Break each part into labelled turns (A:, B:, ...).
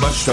A: baixo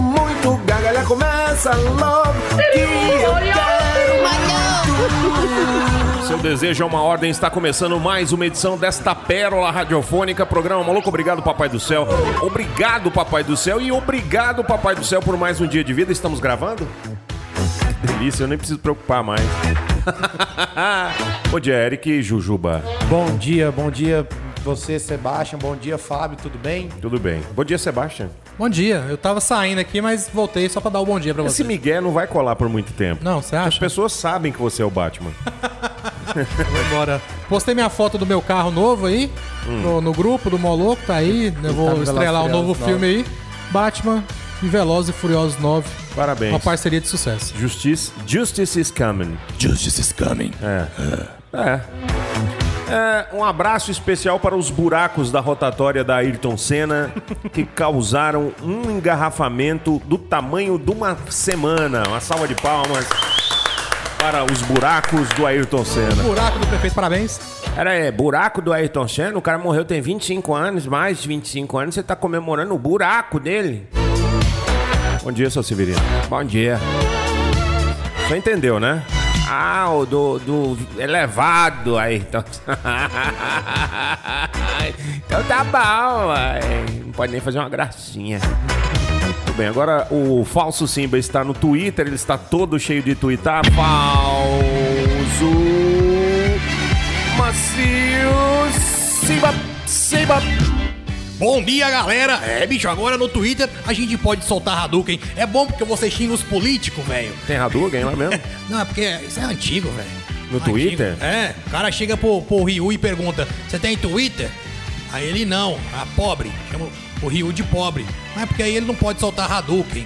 A: muito gagalhar. Começa logo que eu quero
B: Seu desejo é uma ordem, está começando mais uma edição desta pérola radiofônica, programa Maluco, obrigado Papai do Céu. Obrigado Papai do Céu e obrigado Papai do Céu por mais um dia de vida. Estamos gravando? Que delícia, eu nem preciso preocupar mais. Bom dia, Eric e Jujuba.
C: Bom dia, bom dia você, Sebastião. Bom dia, Fábio, tudo bem?
B: Tudo bem. Bom dia, Sebastian.
D: Bom dia, eu tava saindo aqui, mas voltei só pra dar o bom dia pra
B: Esse
D: você.
B: Miguel não vai colar por muito tempo.
D: Não, você
B: As
D: acha?
B: pessoas sabem que você é o Batman.
D: Vou embora. Postei minha foto do meu carro novo aí,
E: Hum.
D: no, no grupo do Moloco, tá aí. Eu vou
C: no
D: estrelar um
C: Velozes
D: novo
C: Furiosos
D: filme aí. Batman e Velozes e Furiosos 9.
B: Parabéns.
D: Uma parceria de sucesso.
B: Justice, Justice is coming.
E: Justice is coming.
B: É. É, um abraço especial para os buracos da rotatória da Ayrton Senna que causaram um engarrafamento do tamanho de uma semana. Uma salva de palmas para os buracos do Ayrton Senna.
D: Buraco do prefeito, parabéns.
B: Era é, buraco do Ayrton Senna? O cara morreu tem 25 anos, mais de 25 anos, você tá comemorando o buraco dele? Bom dia, seu Severino. Bom dia. Você entendeu, né? Ah, o do, do elevado aí. Então... então tá bom. ué. Não pode nem fazer uma gracinha. Muito bem, agora o falso Simba está no Twitter, ele está todo cheio de twittar. Falso Macio Simba Simba.
E: Bom dia, galera! É, bicho, agora no Twitter a gente pode soltar Hadouken. É bom porque você xinga os políticos, velho.
B: Tem Hadouken lá mesmo?
E: Não, é porque isso é antigo, velho.
B: No Twitter?
E: É, o cara chega pro, pro Ryu e pergunta: Você tem Twitter? Aí ele não, a pobre. Chama o Ryu de pobre. Mas é porque aí ele não pode soltar Hadouken.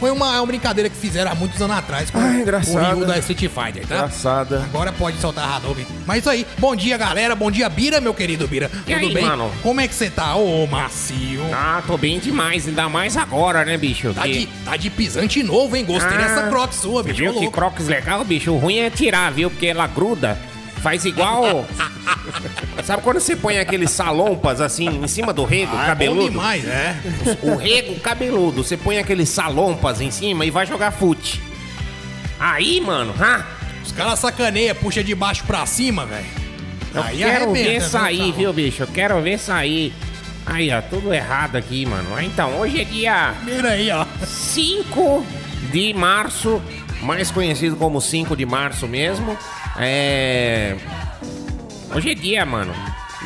E: Foi uma, uma brincadeira que fizeram há muitos anos atrás com
B: Ah, engraçado,
E: o Ryu
B: né?
E: da Street Fighter, tá?
B: Engraçada.
E: Agora pode soltar a Hadouken. Mas isso aí. Bom dia, galera. Bom dia, Bira, meu querido Bira. Tudo
F: aí,
E: bem?
F: mano?
E: Como é que você tá, ô macio?
F: Ah, tô bem demais, ainda mais agora, né, bicho?
E: Tá
F: Que-
E: de, tá de pisante novo, hein? Gostei
F: Ah,
E: dessa croc sua,
F: Você
E: bicho.
F: viu
E: Ô,
F: que
E: louco.
F: crocs legal, bicho? O ruim é tirar, viu? Porque ela gruda. Faz igual. Sabe quando você põe aqueles salompas assim em cima do rego,
E: Ah, é bom
F: cabeludo?
E: demais, é.
F: O rego cabeludo. Você põe aqueles salompas em cima e vai jogar fute. Aí, mano, ha?
E: Os caras sacaneia, puxa de baixo pra cima, velho.
F: Eu quero ver sair,
E: Saulo?
F: viu, bicho? Eu quero ver sair. Aí, ó, tudo errado aqui, mano. Ah, Então, hoje é dia
E: Primeiro aí, ó.
F: 5 de março, mais conhecido como 5 de março mesmo. É. Hoje é dia, mano,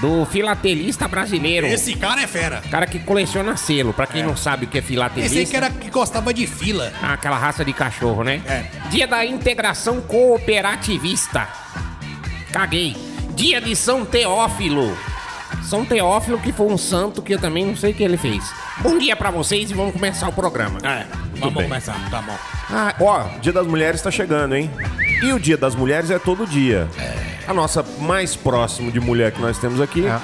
F: do filatelista brasileiro.
E: Esse cara é fera.
F: Cara que coleciona selo, pra quem não sabe o que é filatelista.
E: Pensei que era que gostava de fila.
F: Ah, Aquela raça de cachorro, né?
E: É.
F: Dia da integração cooperativista. Caguei. Dia de São Teófilo. São Teófilo, que foi um santo que eu também não sei o que ele fez. Bom dia pra vocês e vamos começar o programa.
E: É, vamos
B: bem.
E: começar, tá bom.
B: Ah, ó, Dia das Mulheres tá chegando, hein? E o Dia das Mulheres é todo dia. A nossa mais próximo de mulher que nós temos aqui,
G: É.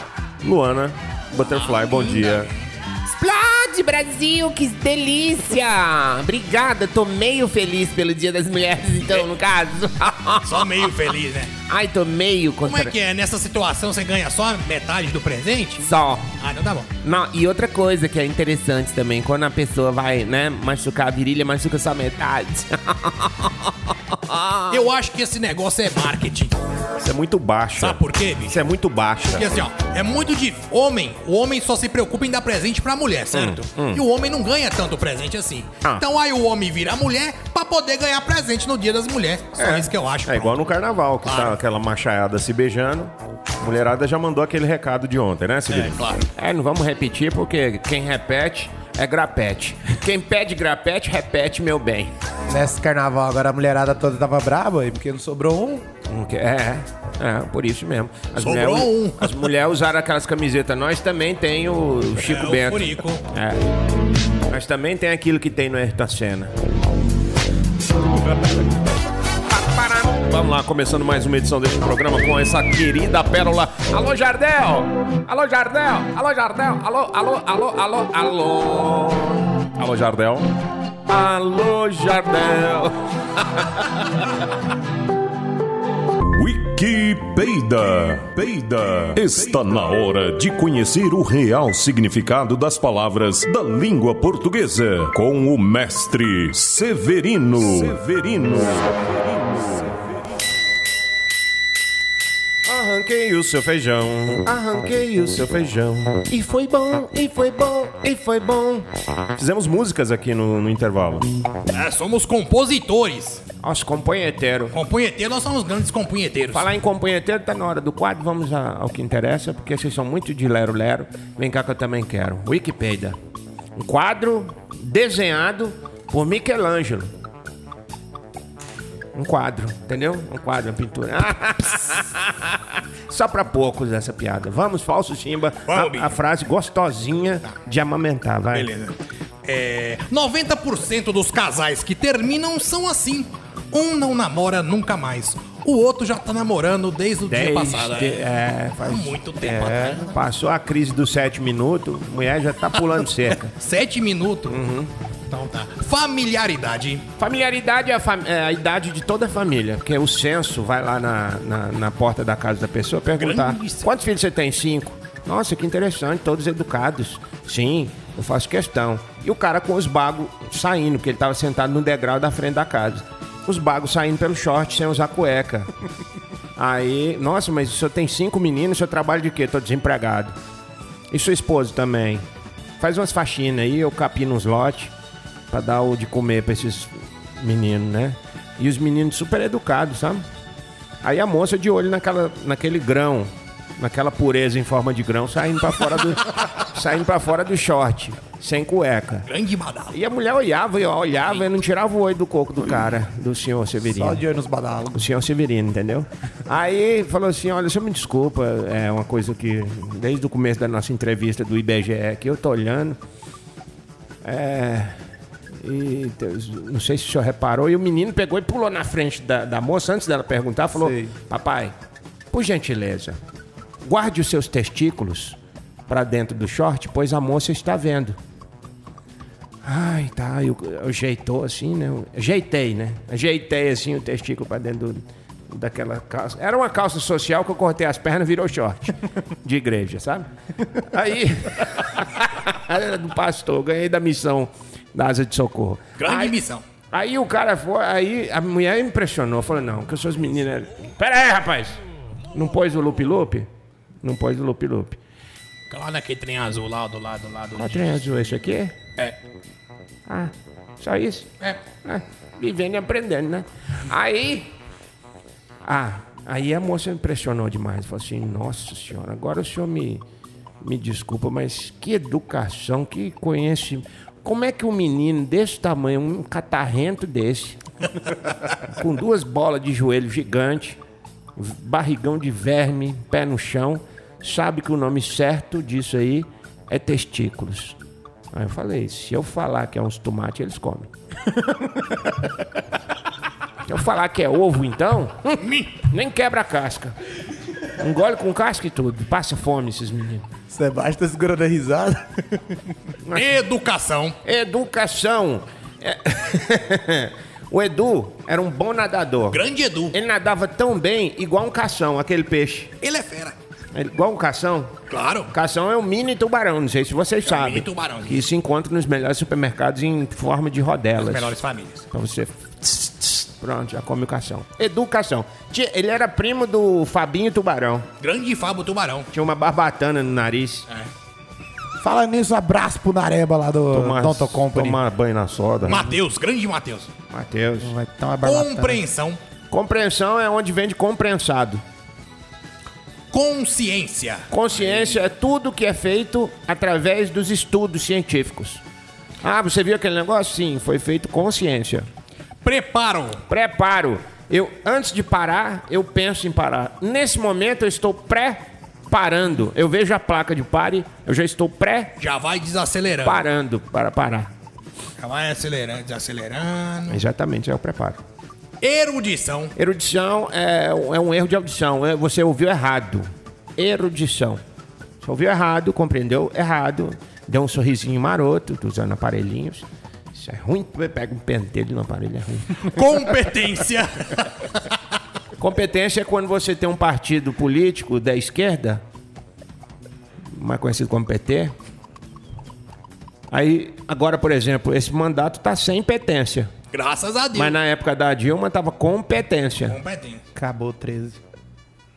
B: Luana Butterfly, bom dia.
F: Explode, Brasil! Que delícia! Obrigada, tô meio feliz pelo Dia das Mulheres, então, no caso.
E: Só meio feliz, né?
F: Ai, tô meio
E: Como
F: contra...
E: é que é? Nessa situação você ganha só metade do presente?
F: Só.
E: Ah, então tá bom.
F: Não, e outra coisa que é interessante também, quando a pessoa vai, né, machucar a virilha, machuca só metade.
E: Eu acho que esse negócio é marketing.
B: Isso é muito baixo.
E: Sabe por quê, bicho?
B: Isso é muito baixa.
E: Porque assim, ó, é muito de homem. O homem só se preocupa em dar presente pra mulher, certo? E o homem não ganha tanto presente assim.
B: Ah.
E: Então aí o homem vira a mulher pra poder ganhar presente no dia das mulheres. Só isso que eu acho.
B: É igual
E: pronto.
B: no carnaval, que
E: Claro.
B: tá aquela machaiada se beijando. A mulherada já mandou aquele recado de ontem, né,
E: É,
B: Severino?
E: claro.
F: É, não vamos repetir, porque quem repete é grapete. Quem pede grapete, repete, meu bem.
C: Nesse carnaval agora a mulherada toda tava braba aí, porque não sobrou um.
F: Não que- É, é, por isso mesmo. As
E: Sobrou
F: mulheres
E: um.
F: as mulher usaram aquelas camisetas. Nós também tem o Chico
E: É, o
F: um Bento.
E: Furico.
F: É. Nós também tem aquilo que tem no Ayrton Senna. Vamos lá, começando mais uma edição deste Então, programa com essa querida pérola. Alô, Jardel! Alô, Jardel! Alô, Jardel! Alô, alô, alô, alô, alô! Alô, Jardel! Alô, Jardel!
H: Wikipedia. Peida. Está na hora de conhecer o real significado das palavras da língua portuguesa com o mestre Severino. Severino.
F: Arranquei o seu feijão, arranquei o seu feijão.
B: E foi bom, e foi bom, e foi bom.
F: Fizemos músicas aqui no, no intervalo.
E: É, somos compositores.
F: Nossa, companheteiro.
E: Compunheteiro, nós somos grandes compunheteiros.
F: Falar em companheteiro, tá na hora do quadro, vamos a- ao que interessa, porque vocês são muito de lero-lero. Vem cá que eu também quero. Wikipedia. Um quadro desenhado por Michelangelo. Um quadro, entendeu? Um quadro, uma pintura. Só pra poucos essa piada. Vamos, falso Simba.
E: Vamos,
F: A,
E: Binho.
F: a frase gostosinha de amamentar, vai.
E: Beleza. É, 90% dos casais que terminam são assim. Um não namora nunca mais. O outro já tá namorando desde o dia passado.
F: Desde-
E: é.
F: é, faz-
E: Muito tempo
F: é,
E: atrás.
F: passou a crise dos sete minutos, a mulher já tá pulando cerca.
E: Sete minutos. Então tá. Familiaridade.
F: Familiaridade é a, fam- é a idade de toda a família, porque o censo vai lá na, na, na porta da casa da pessoa perguntar:
E: Grandíssimo.
F: quantos filhos você tem? Cinco. Nossa, que interessante, todos educados. Sim, eu faço questão. E o cara com os bagos saindo, porque ele tava sentado no degrau da frente da casa. Os bagos saindo pelo short sem usar cueca. Aí, nossa, mas o senhor tem cinco meninos, o senhor trabalha de quê? Tô desempregado. E sua esposa também. Faz umas faxinas aí, eu capino uns lotes pra dar o de comer pra esses meninos, né? E os meninos super educados, sabe? Aí a moça de olho naquela, naquele grão, naquela pureza em forma de grão, saindo pra fora do, saindo pra fora do short, sem cueca.
E: Grande badalo.
F: E a mulher olhava e olhava e não tirava o olho do coco do cara, do senhor Severino
G: Só de olho nos badalos.
F: o senhor Severino, entendeu? Aí falou assim: olha, você me desculpa, é uma coisa que desde o começo da nossa entrevista do IBGE que eu tô olhando. É. E te- não sei se o senhor reparou, e o menino pegou e pulou na frente da, da moça antes dela perguntar, falou:
G: Sei.
F: Papai, por gentileza, guarde os seus testículos pra dentro do short, pois a moça está vendo. Ai, tá. Eu, eu jeitou assim, né? Eu jeitei, né? Ajeitei assim o testículo pra dentro do- daquela calça. Era uma calça social que eu cortei as pernas e virou short. De igreja, sabe? Aí. Era do pastor, eu ganhei da missão da Asa de Socorro.
E: Grande
F: Aí-
E: missão.
F: Aí o cara foi, aí a mulher impressionou, falou, não, que essas meninas. é-" Pera aí, rapaz! Não pôs o loop-loop? Não pôs o loop-loop.
E: Lá naquele trem azul, lá do lado, lá do
F: Qual
E: lado.
F: trem azul é esse aqui?
E: É.
F: Ah, só isso?
E: É.
F: Ah, vivendo e aprendendo, né? Aí. Ah, aí a moça me impressionou demais. Falou assim: Nossa senhora, agora o senhor me, me desculpa, mas que educação, que conhecimento. Como é que um menino desse tamanho, um catarrento desse, com duas bolas de joelho gigante, barrigão de verme, pé no chão, sabe que o nome certo disso aí é testículos. Aí eu falei, se eu falar que é uns tomates, eles comem. Se eu falar que é ovo, então, hum, nem quebra a casca. Engole com casca e tudo. Passa fome esses meninos.
G: Sebastião tá segurando a risada.
E: Educação.
F: Educação. É. o Edu era um bom nadador.
E: Grande Edu.
F: Ele nadava tão bem, igual um cação, aquele peixe.
E: Ele é fera.
F: Ele- Igual um cação.
E: Claro.
F: Cação é um mini tubarão, não sei se vocês sabem.
E: É um mini tubarão.
F: Que se encontra nos melhores supermercados em forma de rodelas.
E: Melhores famílias.
F: Pra você. Pronto, já come o cação. Educação. Tinha- Ele era primo do Fabinho Tubarão.
E: Grande Fábio Tubarão.
F: Tinha uma barbatana no nariz.
G: É. Fala nisso, abraço pro Nareba lá do Donto Company.
F: tomar banho na soda.
E: Matheus, grande Matheus.
F: Matheus.
G: Vai tomar barbatana.
E: Compreensão.
F: Compreensão é onde vende compreensado.
E: Consciência.
F: Consciência é tudo que é feito através dos estudos científicos. Ah, você viu aquele negócio? Sim, foi feito com ciência.
E: Preparo.
F: Preparo. Eu, antes de parar, eu penso em parar. Nesse momento, eu estou pré-parando. Eu vejo a placa de pare, eu já estou
E: Já vai desacelerando.
F: pré-parando para parar.
E: Já vai acelerando, desacelerando.
F: Exatamente, é o preparo.
E: Erudição.
F: Erudição é, um- é um erro de audição. é- Você ouviu errado. Erudição. Você ouviu errado, compreendeu errado. Deu um sorrisinho maroto, tô usando aparelhinhos. Isso é ruim, pega um pentelho no aparelho, é ruim.
E: Competência.
F: Competência é quando você tem um partido político da esquerda, mais conhecido como PT. Aí, agora, por exemplo, esse mandato tá sem petência.
E: Graças a Deus.
F: Mas na época da Dilma tava competência.
E: Competência.
I: Acabou 13.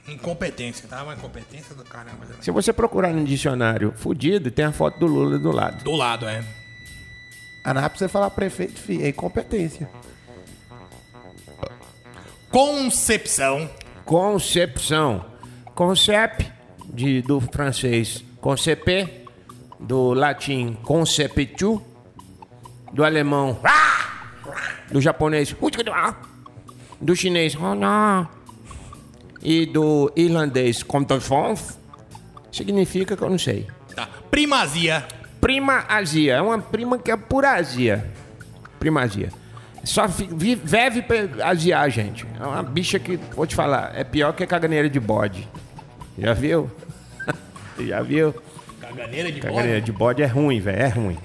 E: Incompetência, tá? Uma incompetência do caramba.
F: Se você procurar no dicionário fudido, tem a foto do Lula do lado.
E: Do lado, é.
I: Anápolis você falar prefeito, filho, é incompetência.
E: Concepção.
F: Concepção. Concep, de, do francês concepe, do latim conceptu, do alemão do japonês do chinês e do irlandês contofonf, significa que eu não sei.
E: Tá. Primazia.
F: Prima Azia, é uma prima que é pura Azia. Primazia. Só fi- vi- vive pe- aziar, gente. É uma bicha que, vou te falar, é pior que a caganeira de bode. Já viu? Já viu?
E: Caganeira de
F: Caganeira de bode é ruim, velho, é ruim.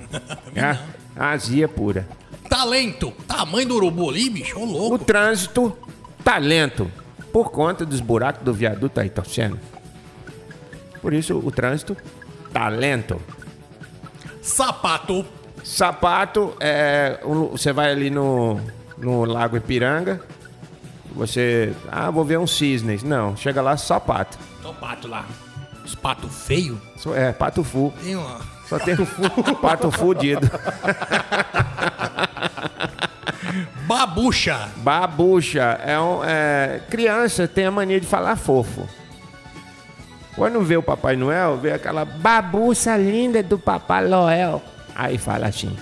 F: É azia pura.
E: bola. Talento. Tamanho do urubu ali, bicho. Ô
F: O
E: louco.
F: trânsito, talento. Por conta dos buracos do viaduto aí torcendo. Por isso, o trânsito, tá talento.
E: Sapato.
F: Sapato é. um lu- Você vai ali no, no Lago Ipiranga. Você. Ah, vou ver uns cisnes. Não, chega lá, sapato.
E: Sapato um lá. Os pato feio.
F: Só- É, pato fu.
E: Tem uma...
F: Só tem pato fudido.
E: Babucha.
F: Babucha. É um, é, criança tem a mania de falar fofo. Quando vê o Papai Noel, vê aquela babucha linda do Papai Noel. Aí fala assim: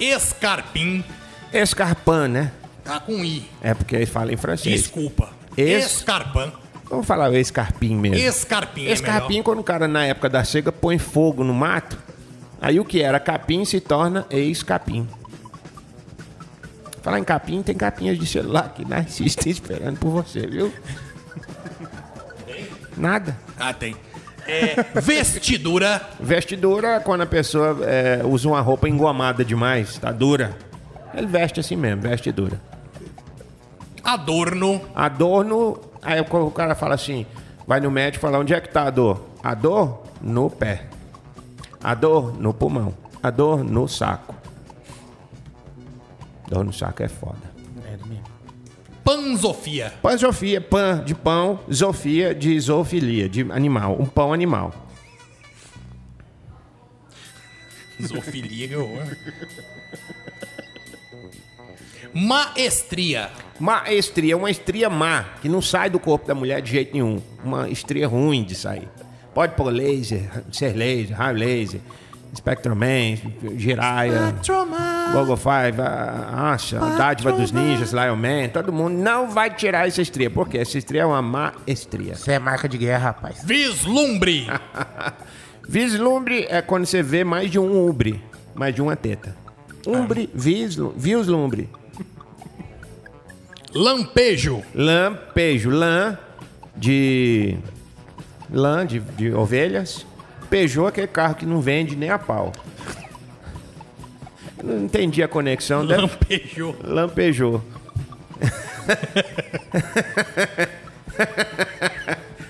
E: Escarpim.
F: escarpin, né?
E: Tá com I.
F: É porque aí fala em francês.
E: Desculpa.
F: Es-
E: Escarpã.
F: Vamos falar o escarpim mesmo.
E: Escarpim.
F: Esse
E: é melhor.
F: capim, quando o cara na época da seca põe fogo no mato, aí o que era capim se torna ex-capim. Falar em capim, tem capinhas de celular que narcisista esperando por você, viu? Nada.
E: Ah, tem. É, vestidura.
F: Vestidura é quando a pessoa é, usa uma roupa engomada demais, tá dura. Ele veste assim mesmo, vestidura.
E: Adorno.
F: A dor no. Aí o cara fala assim: vai no médico e fala: onde é que tá a dor? A dor no pé. A dor no pulmão. A dor no saco. Dor no saco é foda.
E: Panzofia.
F: Panzofia, pan de pão, zofia de zoofilia, de animal. Um pão animal.
E: Zoofilia, né? que horror. Maestria.
F: Maestria, uma estria má, que não sai do corpo da mulher de jeito nenhum. Uma estria ruim de sair. Pode pôr laser, ser laser, raio laser, Spectroman, Jiraiya, Logo Five, a- a Asha, a Dádiva dos Ninjas, Lion Man, todo mundo não vai tirar essa estria, porque essa estria é uma má estria.
I: Isso é marca de guerra, rapaz.
E: Vislumbre.
F: Vislumbre é quando você vê mais de um umbre, mais de uma teta.
I: Ah.
F: Umbre, vislu- vislumbre.
E: Lampejo.
F: Lampejo. Lã de. Lã de, de ovelhas. Peugeot é aquele carro que não vende nem a pau. Eu Não entendi a conexão. Deve...
E: Lampejo.
F: Lampejou.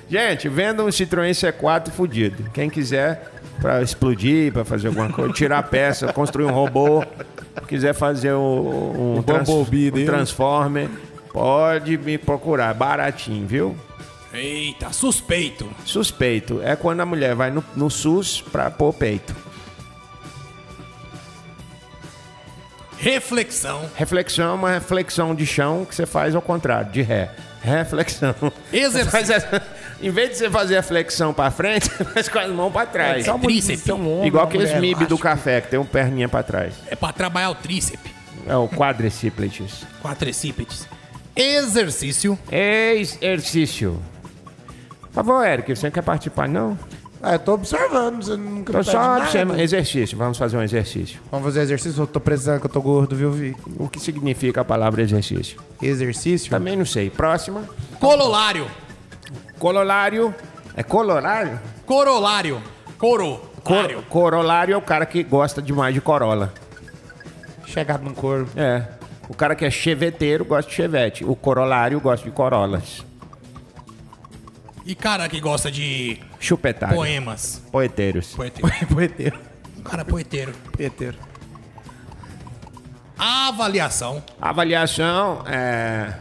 F: Gente, venda um Citroën C4 fudido. Quem quiser pra explodir, pra fazer alguma coisa, tirar peça, construir um robô, quiser fazer um, um, trans-
J: Bumblebee
F: um
J: dele.
F: transformer, pode me procurar, baratinho, viu?
E: Eita, suspeito.
F: Suspeito é quando a mulher vai no, no SUS pra pôr peito.
E: Reflexão.
F: Reflexão é uma reflexão de chão que você faz ao contrário, de ré. Reflexão.
E: Exercício.
F: Você faz essa- é, Em vez de você fazer a flexão pra frente, você faz com as mãos pra trás.
E: É tríceps.
F: Igual
E: né,
F: aqueles MIB do café, que tem um perninha pra trás.
E: É pra trabalhar o tríceps.
F: É o quadricípedes.
E: Quadricípedes. Exercício.
F: Exercício. Por favor, Eric, você não quer participar, não?
G: Ah, eu tô observando, você nunca
F: Então
G: me pede
F: só
G: nada.
F: observa, exercício, vamos fazer um exercício.
G: Vamos fazer exercício? Eu tô precisando que eu tô gordo, viu, Vi?
F: O que significa a palavra exercício?
G: Exercício?
F: Também não sei. Próxima.
E: Cololário.
F: Corolário. É corolário?
E: Corolário. Coro.
F: Cor, corolário é o cara que gosta demais de Corolla.
G: Chegado num corpo.
F: É. O cara que é cheveteiro gosta de chevette. O corolário gosta de Corollas.
E: E cara que gosta de
F: Chupetário.
E: poemas.
F: Poeteiros.
E: Poeteiro.
G: Poeteiro.
E: Um cara poeteiro.
G: Poeteiro.
E: Avaliação.
F: Avaliação é,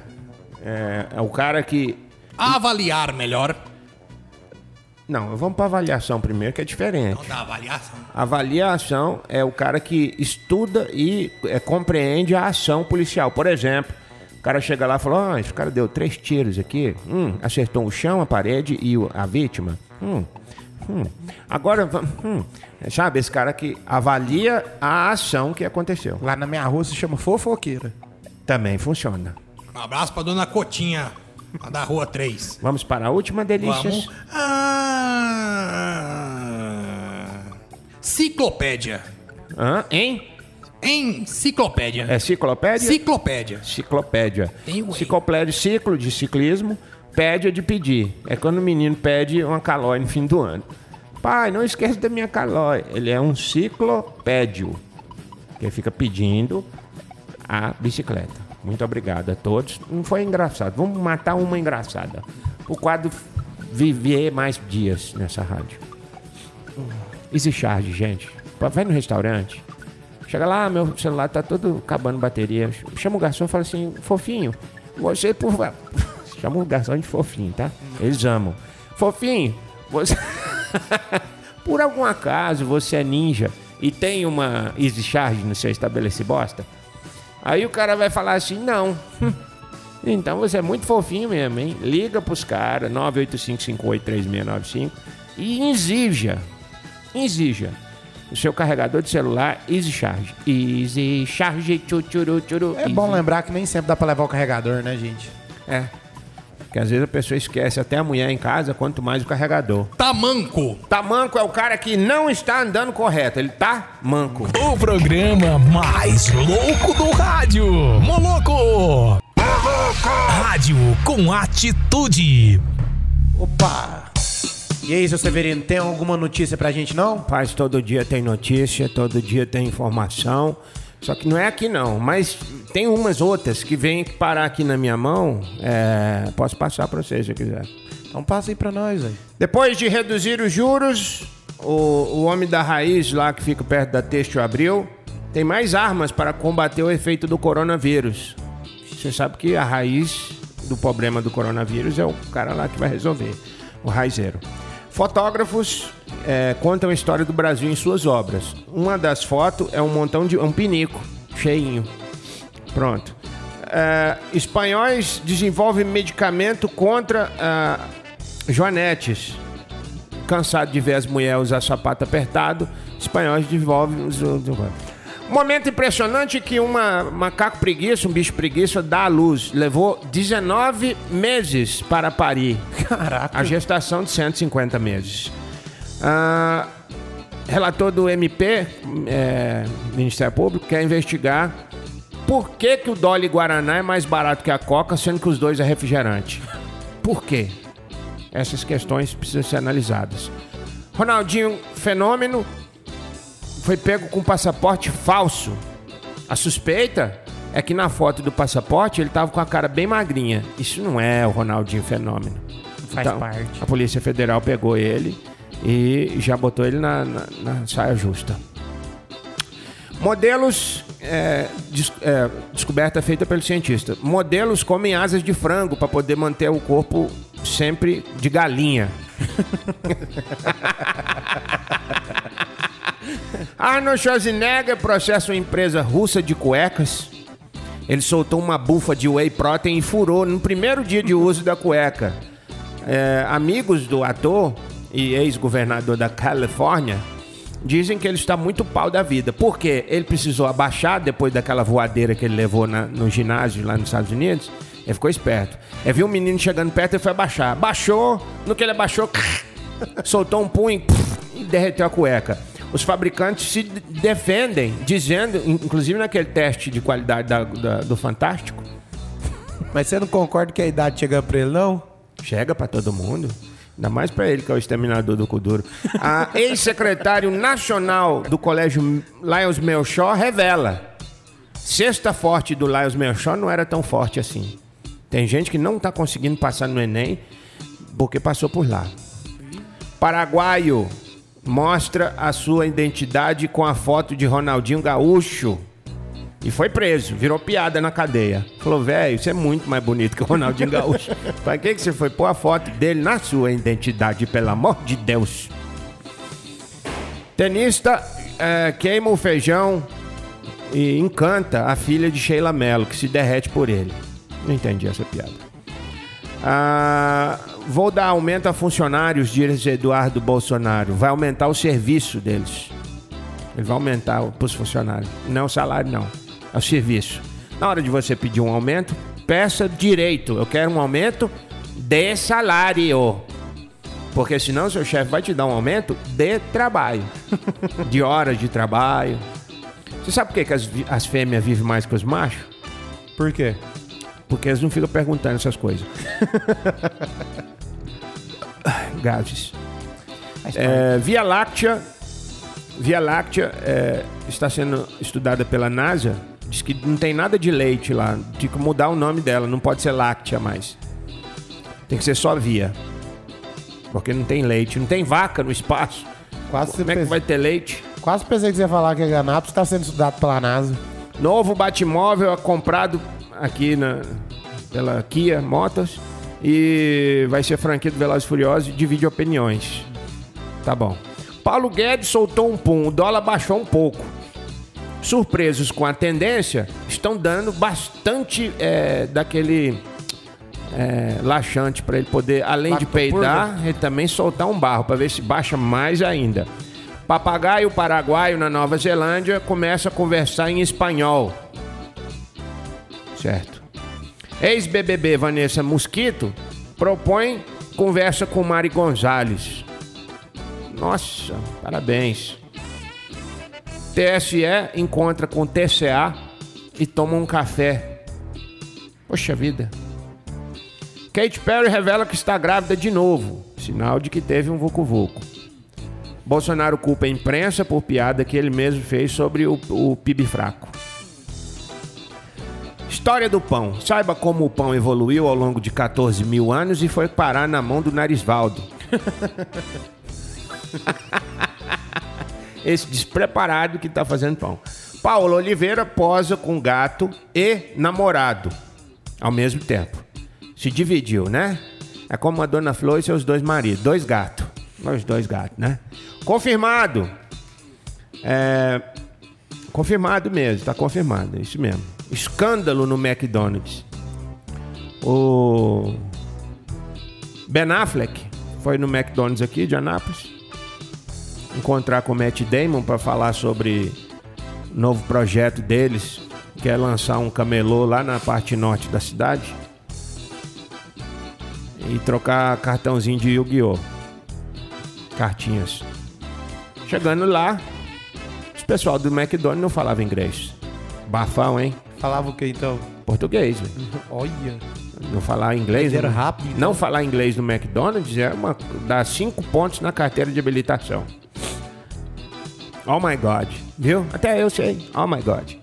F: é. É o cara que.
E: Avaliar melhor.
F: Não, vamos pra avaliação primeiro, que é diferente.
E: Não dá avaliação.
F: Avaliação é o cara que estuda e é, compreende a ação policial. Por exemplo, o cara chega lá e fala: Ó, esse cara deu três tiros aqui. Hum, acertou o chão, a parede e o- a vítima. Hum, hum. Agora, va- hum. É, sabe, esse cara que avalia a ação que aconteceu.
G: Lá na minha rua se chama fofoqueira. É
F: Também funciona.
E: Um abraço pra dona Cotinha, lá da rua 3.
F: Vamos para a última delícia.
E: Vamos. Ah, Ciclopédia.
F: Hã? Hein?
E: Enciclopédia.
F: É ciclopédia?
E: Ciclopédia.
F: Ciclopédia.
E: Tem o
F: Ciclopédia, ciclo de ciclismo, pede é de pedir. É quando o menino pede uma calói no fim do ano. Pai, não esquece da minha calói. Ele é um ciclopédio. Que fica pedindo a bicicleta. Muito obrigado a todos. Não foi engraçado. Vamos matar uma engraçada. O quadro viver mais dias nessa rádio. Easy Charge, gente. Pô, Vai no restaurante. Chega lá, meu celular tá todo acabando bateria. Chama o garçom e fala assim, fofinho, você por favor. Chama o garçom de fofinho, tá? Eles amam. Fofinho, você. por algum acaso você é ninja e tem uma Easy Charge no seu estabelecido bosta? Aí o cara vai falar assim, não. Então você é muito fofinho mesmo, hein? Liga pros caras, 985-583695 e exija, exija o seu carregador de celular Easy Charge. Easy Charge, tchutchuru, tchuru.
G: É bom lembrar que nem sempre dá pra levar o carregador, né, gente?
F: É. Porque às vezes a pessoa esquece até a mulher em casa, quanto mais o carregador.
E: Tamanco.
F: Tamanco é o cara que não está andando correto, ele tá manco.
K: O programa mais louco do rádio. Moloco. Rádio com atitude.
G: Opa! E aí, seu Severino, tem alguma notícia pra gente, não?
F: Rapaz, todo dia tem notícia, todo dia tem informação. Só que não é aqui não, mas tem umas outras que vêm parar aqui na minha mão. É, posso passar para vocês se eu quiser.
G: Então passa aí pra nós, velho.
F: Depois de reduzir os juros, o, o homem da raiz lá que fica perto da Têxtil Abril tem mais armas para combater o efeito do coronavírus. Você sabe que a raiz do problema do coronavírus é o cara lá que vai resolver, o raizeiro. Fotógrafos eh, contam a história do Brasil em suas obras. Uma das fotos é um montão de um pinico cheinho. Pronto. Eh, espanhóis desenvolvem medicamento contra ah, joanetes. Cansado de ver as mulheres usar sapato apertado, espanhóis desenvolvem. os- os- os- Momento impressionante que uma macaco preguiça, um bicho preguiça, dá à luz. Levou 19 meses para parir. Caraca. A gestação de 150 meses. Ah, relator do MP, é, Ministério Público, quer investigar por que, que o Dolly Guaraná é mais barato que a Coca, sendo que os dois é refrigerante. Por quê? Essas questões precisam ser analisadas. Ronaldinho Fenômeno foi pego com passaporte falso. A suspeita é que na foto do passaporte ele tava com a cara bem magrinha. Isso não é o Ronaldinho Fenômeno.
G: Faz parte.
F: Então, A Polícia Federal pegou ele e já botou ele na, na- na saia justa. Modelos. é, des- é, descoberta feita pelo cientista. Modelos comem asas de frango para poder manter o corpo sempre de galinha. Arnold Schwarzenegger processa uma empresa russa de cuecas. Ele soltou uma bufa de whey protein e furou no primeiro dia de uso da cueca. É, amigos do ator e ex-governador da Califórnia dizem que ele está muito pau da vida. Por quê? Ele precisou abaixar depois daquela voadeira que ele levou na- no ginásio lá nos Estados Unidos. É, Ele ficou esperto. Ele viu um menino chegando perto e foi abaixar. Baixou, no que ele abaixou, soltou um punho e derreteu a cueca. Os fabricantes se de- defendem, dizendo, in- inclusive naquele teste de qualidade da- da- do Fantástico,
G: Mas você não concorda que a idade chega pra ele, não?
F: Chega pra todo mundo. Ainda mais pra ele, que é o exterminador do Kuduro. A ex-secretário nacional do colégio Lions Melchor revela. Sexta forte do Lions Melchor não era tão forte assim. Tem gente que não tá conseguindo passar no Enem porque passou por lá. Paraguaio mostra a sua identidade com a foto de Ronaldinho Gaúcho. E foi preso, virou piada na cadeia. Falou, velho, você é muito mais bonito que o Ronaldinho Gaúcho. pra que, que você foi pôr a foto dele na sua identidade, pelo amor de Deus? Tenista eh, queima o feijão e encanta a filha de Sheila Mello, que se derrete por ele. Não entendi essa piada. Ah, vou dar aumento a funcionários, diz Eduardo Bolsonaro. Vai aumentar o serviço deles. Ele vai aumentar para os funcionários. Não é o salário, não. É o serviço. Na hora de você pedir um aumento, peça direito. Eu quero um aumento de salário. Porque senão seu chefe vai te dar um aumento de trabalho. de horas de trabalho. Você sabe por que, que as, vi- as fêmeas vivem mais que os machos?
G: Por quê?
F: Porque eles não ficam perguntando essas coisas. Gases. É, Via Láctea, Via Láctea é, está sendo estudada pela NASA. Diz que não tem nada de leite lá. Tem que mudar o nome dela. Não pode ser Láctea mais. Tem que ser só Via. Porque não tem leite. Não tem vaca no espaço.
G: Quase,
F: Como é que
G: pe-
F: vai ter leite?
G: quase pensei que você ia falar que a Ganápolis tá sendo estudado pela NASA.
F: Novo Batmóvel é comprado aqui na, pela Kia Motors e vai ser franquia do Velozes e Furiosos e divide opiniões. Tá bom. Paulo Guedes soltou um pum, o dólar baixou um pouco. Surpresos com a tendência, estão dando bastante é, daquele é, laxante para ele poder, além de peidar, ele também soltar um barro para ver se baixa mais ainda. Papagaio paraguaio na Nova Zelândia começa a conversar em espanhol. Certo. Ex-BBB Vanessa Mosquito propõe conversa com Mari Gonzalez. Nossa, parabéns. TSE encontra com TCA e toma um café. Poxa vida. Kate Perry revela que está grávida de novo, sinal de que teve um vucu-vucu. Bolsonaro culpa a imprensa por piada que ele mesmo fez sobre o, o PIB fraco. História do pão. Saiba como o pão evoluiu ao longo de 14 mil anos e foi parar na mão do Narisvaldo. Esse despreparado que tá fazendo pão. Paulo Oliveira posa com gato e namorado ao mesmo tempo. Se dividiu, né? É como a dona Flor e seus dois maridos. Dois gatos. Os dois gatos, né? Confirmado. É, Confirmado mesmo, tá confirmado, é isso mesmo. Escândalo no McDonald's. O Ben Affleck foi no McDonald's aqui de Anápolis encontrar com o Matt Damon para falar sobre o novo projeto deles, que é lançar um camelô lá na parte norte da cidade e trocar cartãozinho de Yu-Gi-Oh! Cartinhas. Chegando lá, os pessoal do McDonald's não falava inglês. Bafão, hein?
G: Falava o que então?
F: Português, velho.
G: Olha.
F: Não falar inglês.
G: Mas era
F: não-
G: rápido, então.
F: Não falar inglês no McDonald's é uma, dá cinco pontos na carteira de habilitação. Oh my God. Viu? Até eu sei. Oh my God.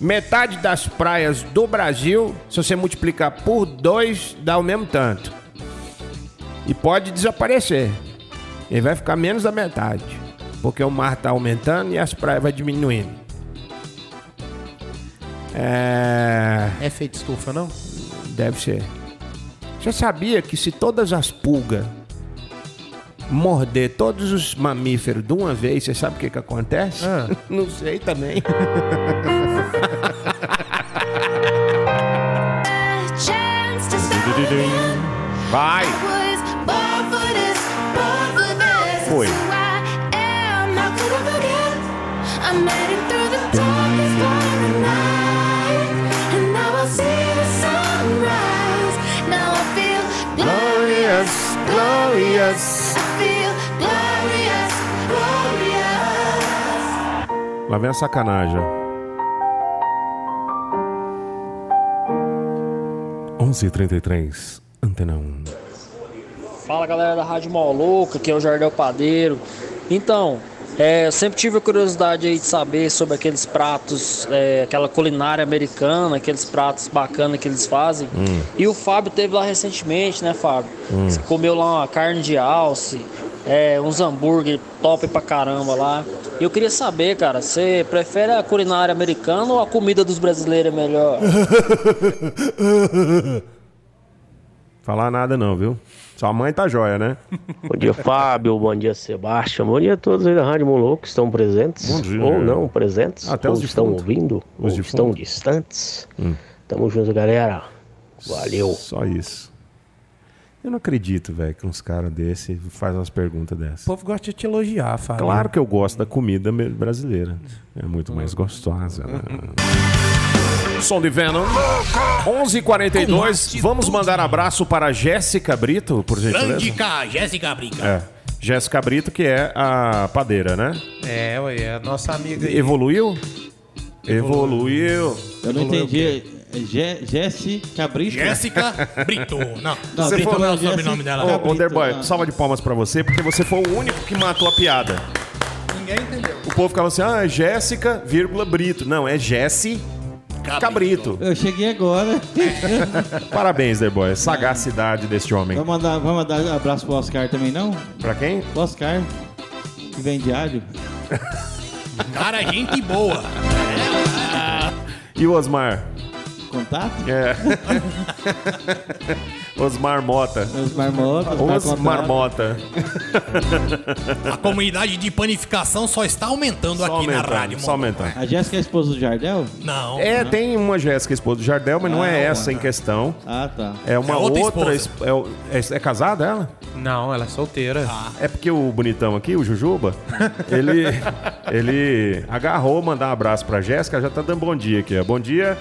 F: Metade das praias do Brasil, se você multiplicar por dois, dá o mesmo tanto. E pode desaparecer. Ele vai ficar menos da metade. Porque o mar tá aumentando e as praias vai diminuindo. É.
G: É feito estufa, não?
F: Deve ser. Você sabia que se todas as pulgas morder todos os mamíferos de uma vez, você sabe o que, que acontece? Não sei também.
A: chance to stop
F: Vai!
A: was born for this, born for this. It's
F: Foi.
A: who I am, how could I forget? I made it through the darkest part of the night, and now I see the sunrise. Now I feel glorious, glorious. I feel
L: Lá vem a sacanagem. 11h33, Antena 1.
M: Fala galera da Rádio Maluca, aqui é o Jardel Padeiro. Então, é, eu sempre tive a curiosidade aí de saber sobre aqueles pratos, é, aquela culinária americana, aqueles pratos bacanas que eles fazem.
N: Hum.
M: E o Fábio teve lá recentemente, né, Fábio?
N: Hum.
M: Você comeu lá uma carne de alce, é, uns hambúrguer top pra caramba lá. E eu queria saber, cara, você prefere a culinária americana ou a comida dos brasileiros é melhor?
L: Falar nada não, viu? Sua mãe tá jóia, né?
O: Bom dia, Fábio. Bom dia, Sebastião. Bom dia a todos aí da Rádio Moloco que estão presentes.
L: Bom dia.
O: Ou não presentes.
L: Até
O: ou
L: os
O: estão
L: defuntos.
O: ouvindo. ou
L: Os Hum.
O: estão
L: defuntos.
O: distantes. Tamo junto, galera. Valeu.
L: Só isso. Eu não acredito, velho, que uns caras desse faz umas perguntas dessas.
F: O povo gosta de te elogiar, Fábio.
L: Claro que eu gosto da comida me- brasileira. É muito mais gostosa. né? Som de Venom. 11h42. Vamos mandar abraço para Jéssica Brito, por
E: Grande
L: gentileza.
E: K, Jéssica Brica.
L: É. Jéssica Brito, que é a padeira, né?
G: É, ué, é a nossa amiga aí.
L: Evoluiu? Evoluiu.
P: Eu não
L: Evoluiu.
P: entendi. Je- Jéssica Brito.
E: Jéssica Brito. Não,
P: Não,
E: Brito
P: foi-
E: não é o
P: Jéssica-
E: sobrenome dela.
L: Ô, Wonderboy,
E: né?
L: salva de palmas pra você, porque você foi o único que matou a piada.
E: Ninguém entendeu.
L: O povo ficava assim, ah, é Jéssica, vírgula, Brito. Não, é Jesse Cabrito.
P: Eu cheguei agora.
L: Parabéns, Derboy. Sagacidade deste homem.
P: Vai mandar, vai mandar abraço pro Oscar também, não?
L: Pra quem?
P: Pro Oscar, que vende alho.
E: Cara, gente boa.
L: E o Osmar?
P: Contato?
L: É. Osmar Mota.
P: Osmar Mota.
L: Osmar
P: Osmar
L: Mota.
E: A comunidade de panificação só está aumentando aqui na rádio.
L: só
E: mano.
L: aumentando.
P: A Jéssica é a esposa do Jardel?
E: Não.
P: Uhum.
L: É, tem uma Jéssica, esposa do Jardel, mas não é essa em questão.
P: Ah, tá.
L: É uma
P: É outra
L: outra.
P: esposa.
L: esp- é o- é- é casada ela?
F: Não, ela é solteira.
G: Ah.
L: É porque o bonitão aqui, o Jujuba, ele, ele agarrou mandar um abraço pra Jéssica, já tá dando bom dia aqui, ó. Bom dia,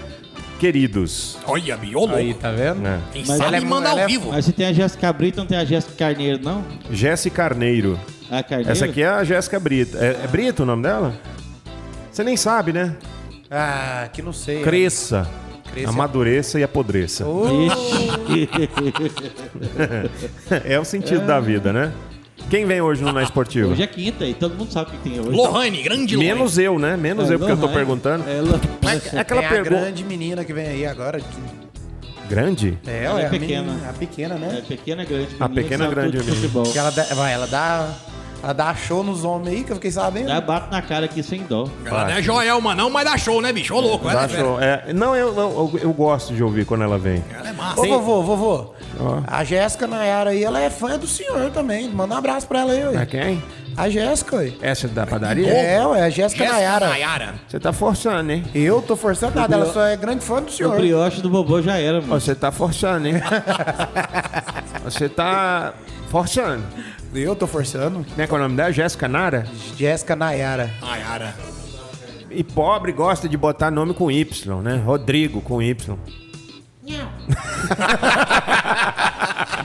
L: queridos.
E: Olha, biolo.
F: Aí, tá vendo?
E: Quem
P: Mas
E: sabe
P: ela é-
E: manda
P: ela
E: ao
P: é-
E: vivo.
P: Mas se tem a Jéssica Brito, não tem a Jéssica Carneiro, não?
L: Jéssica Carneiro.
P: A Carneiro?
L: Essa aqui é a Jéssica Brito. É, é Brito o nome dela? Você nem sabe, né?
G: Ah, que não
P: É.
G: sei.
L: Cresça.
G: Cresça.
L: Amadureça e apodreça.
P: Oh.
L: é o sentido
P: É.
L: da vida, né? Quem vem hoje no Na Esportiva?
P: Hoje é quinta e todo mundo sabe o que tem hoje.
E: Lohane, grande
L: Menos eu, né? Menos
P: É,
L: eu, porque eu tô
P: Lohane.
L: perguntando.
P: É, Lo-
L: É aquela
G: Tem a
L: pergunta.
G: grande menina que vem aí agora. que-
L: Grande?
G: É,
P: Ela
G: ué,
P: é
G: a
P: pequena.
G: menina- a pequena, né?
P: É pequena grande.
L: A pequena é grande menina.
G: Que ela, dá- vai, ela dá. Ela dá show nos homens aí, que eu fiquei sabendo.
P: Ela É, bate na cara aqui sem dó.
E: Ela não é Joelma, não, mas dá show, né, bicho? Ô, louco. ela é
L: Dá show. É, não, eu, não, eu, eu gosto de ouvir quando ela vem.
E: é
G: Ô, vovô, vovô.
L: Ó.
G: A Jéssica Nayara aí, ela é fã do senhor também. Manda um abraço pra ela aí, ué.
L: É quem?
G: A Jéssica, ué.
L: Essa da padaria?
G: É, ué, a Jéssica Nayara.
L: Você tá forçando, hein?
G: Eu tô forçando nada, ela só é grande fã do
P: O
G: senhor.
P: brioche do bobô já era, mano.
L: Você tá forçando, hein? Você tá forçando.
G: Eu tô forçando.
L: Como é que é o nome dela? Jéssica Nara?
G: Jéssica Nayara.
E: Nayara.
L: E pobre gosta de botar nome com Y, né? Rodrigo com Y.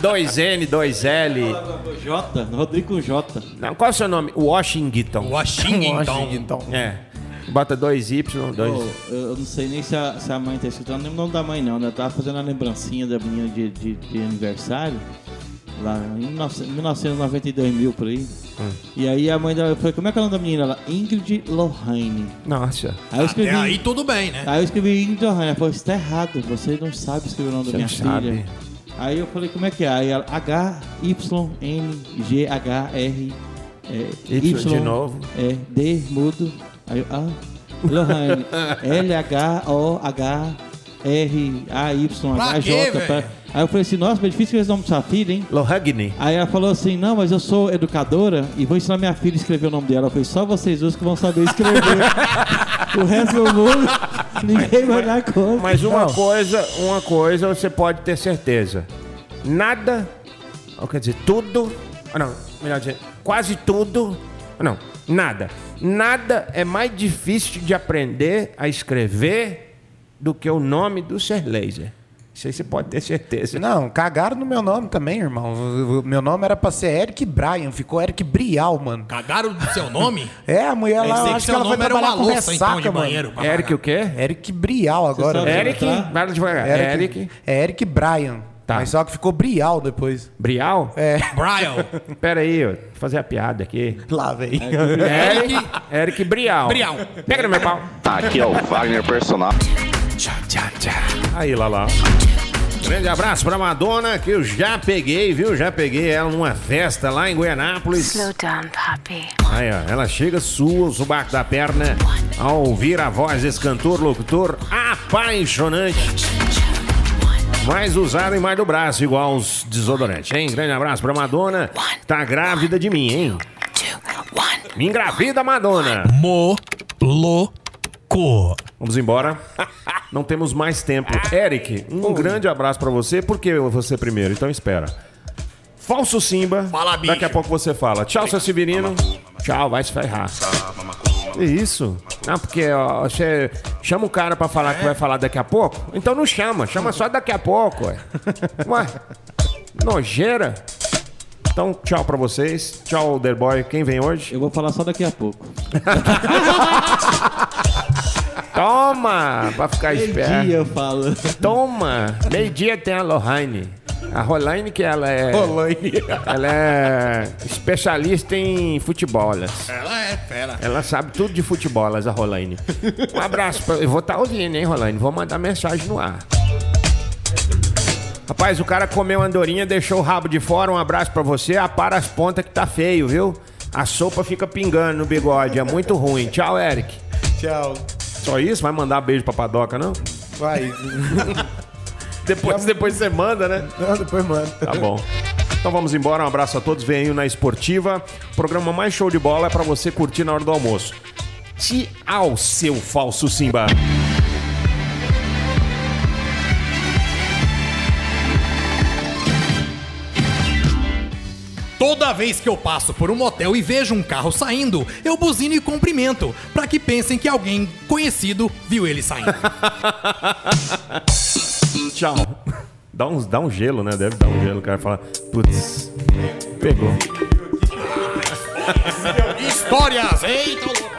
L: Dois N, dois L.
P: J, Rodrigo J.
L: Não, qual é o seu nome? Washington.
E: Washington.
P: Então.
G: então.
L: É. Bota dois Y, dois.
P: Ô, eu não sei nem se a, se a mãe tá escutando, nem o nome da mãe não, né? Eu tava fazendo a lembrancinha da menina de, de- de aniversário, lá em 19- 1992 mil por aí.
L: Hum.
P: E aí a mãe dela falou, como é que é o nome da menina? Ela, Ingrid Lohane.
L: Nossa.
P: Aí eu escrevi.
E: Até É, aí tudo bem, né?
P: Aí eu escrevi Ingrid Lohane. Ela falou, isso tá errado, você não sabe escrever o nome da minha
L: Você não
P: filha. Aí eu falei, como é que é? Aí ela, H-Y-N-G-H-R. É,
L: Y de novo.
P: É, D, mudo. Aí eu, ah, Lohane. L-H-O-H-R-A-Y-H-J.
E: Pra quê,
P: pra-
E: velho?
P: Aí eu falei assim, nossa, mas é difícil escrever esse nome da sua filha, hein?
L: Lohagni.
P: Aí ela falou assim, não, mas eu sou educadora e vou ensinar minha filha a escrever o nome dela. Eu falei, só vocês dois que vão saber escrever. o resto do mundo, ninguém vai dar conta.
L: Mas uma
P: Não.
L: coisa, uma coisa você pode ter certeza. Nada, ou quer dizer, tudo, ou não, melhor dizer, quase tudo, ou não, nada. Nada é mais difícil de aprender a escrever do que o nome do ser laser.
F: Isso aí você pode ter certeza.
G: Não, cagaram no meu nome também, irmão. O- o- Meu nome era pra ser Eric Brian, ficou Eric Brial, mano.
E: Cagaram do seu nome?
G: É, a mulher
E: Pensei
G: lá, eu
E: que
G: acho que
E: seu
G: ela vai
E: nome era uma
G: trabalhar com
E: louça, então,
G: ressaca,
E: de banheiro,
G: mano.
E: pra Eric
F: o quê?
G: Eric Brial agora.
F: sabe Eric? soletrar? Vai devagar. Eric.
G: É tá. Eric Brian. Mas É, só que ficou Brial depois.
F: Brial?
G: É.
E: Brial.
F: Pera aí, ó, vou fazer a piada aqui.
G: Lá, velho.
F: Eric, Eric Brial.
E: Brial.
F: Pega no meu pau.
Q: Aqui é o Wagner Personal.
F: Aí, Lala. Grande abraço pra Madonna, que eu já peguei, viu? Já peguei ela numa festa lá em Goianápolis.
A: Slow down, Poppy.
F: Aí, ó, ela chega, sua o subaco da perna ao ouvir a voz desse cantor, locutor apaixonante. Mais usado e mais do braço, igual os desodorantes, hein? Grande abraço pra Madonna. Tá grávida de mim, hein? Me engravida, Madonna. Moloco. Vamos embora. Não temos mais tempo. Eric, um grande abraço pra você. Por que você primeiro? Então espera. Falso Simba.
E: Fala, bicho.
F: Daqui a pouco você fala. Tchau, seu Severino. Tchau, vai se ferrar. Que isso? Ah, porque ó, você chama o cara pra falar que vai falar daqui a pouco? Então não chama, chama só daqui a pouco. Ué. Ué, nojeira. Então, tchau pra vocês. Tchau, The Boy. Quem vem hoje?
L: Eu vou falar só daqui a pouco.
F: Toma, pra ficar
L: Meio
F: esperto.
L: dia eu falo.
F: Toma. Meio-dia tem a Lohane. A Rolaine, que ela é... Rolaine. Ela é especialista em futebolas.
E: Ela é fera.
F: Ela sabe tudo de futebolas, a Rolaine. Um abraço. Pra... Eu vou estar ouvindo, hein, Rolaine? Vou mandar mensagem no ar. Rapaz, o cara comeu andorinha, deixou o rabo de fora. Um abraço pra você. Apara as pontas que tá feio, viu? A sopa fica pingando no bigode. É muito ruim. Tchau, Eric.
G: Tchau.
F: Só isso? Vai mandar beijo pra padoca, não?
G: Vai.
F: depois, depois você manda, né?
G: Não, depois manda.
F: Tá bom. Então vamos embora, um abraço a todos, venham na Esportiva. O programa mais show de bola é pra você curtir na hora do almoço. Tchau, seu falso Simba.
E: Toda vez que eu passo por um motel e vejo um carro saindo, eu buzino e cumprimento, pra que pensem que alguém conhecido viu ele saindo.
F: Tchau. Dá, uns, dá um gelo, né? Deve dar um gelo. O cara fala, putz, pegou.
E: Histórias, eita louco.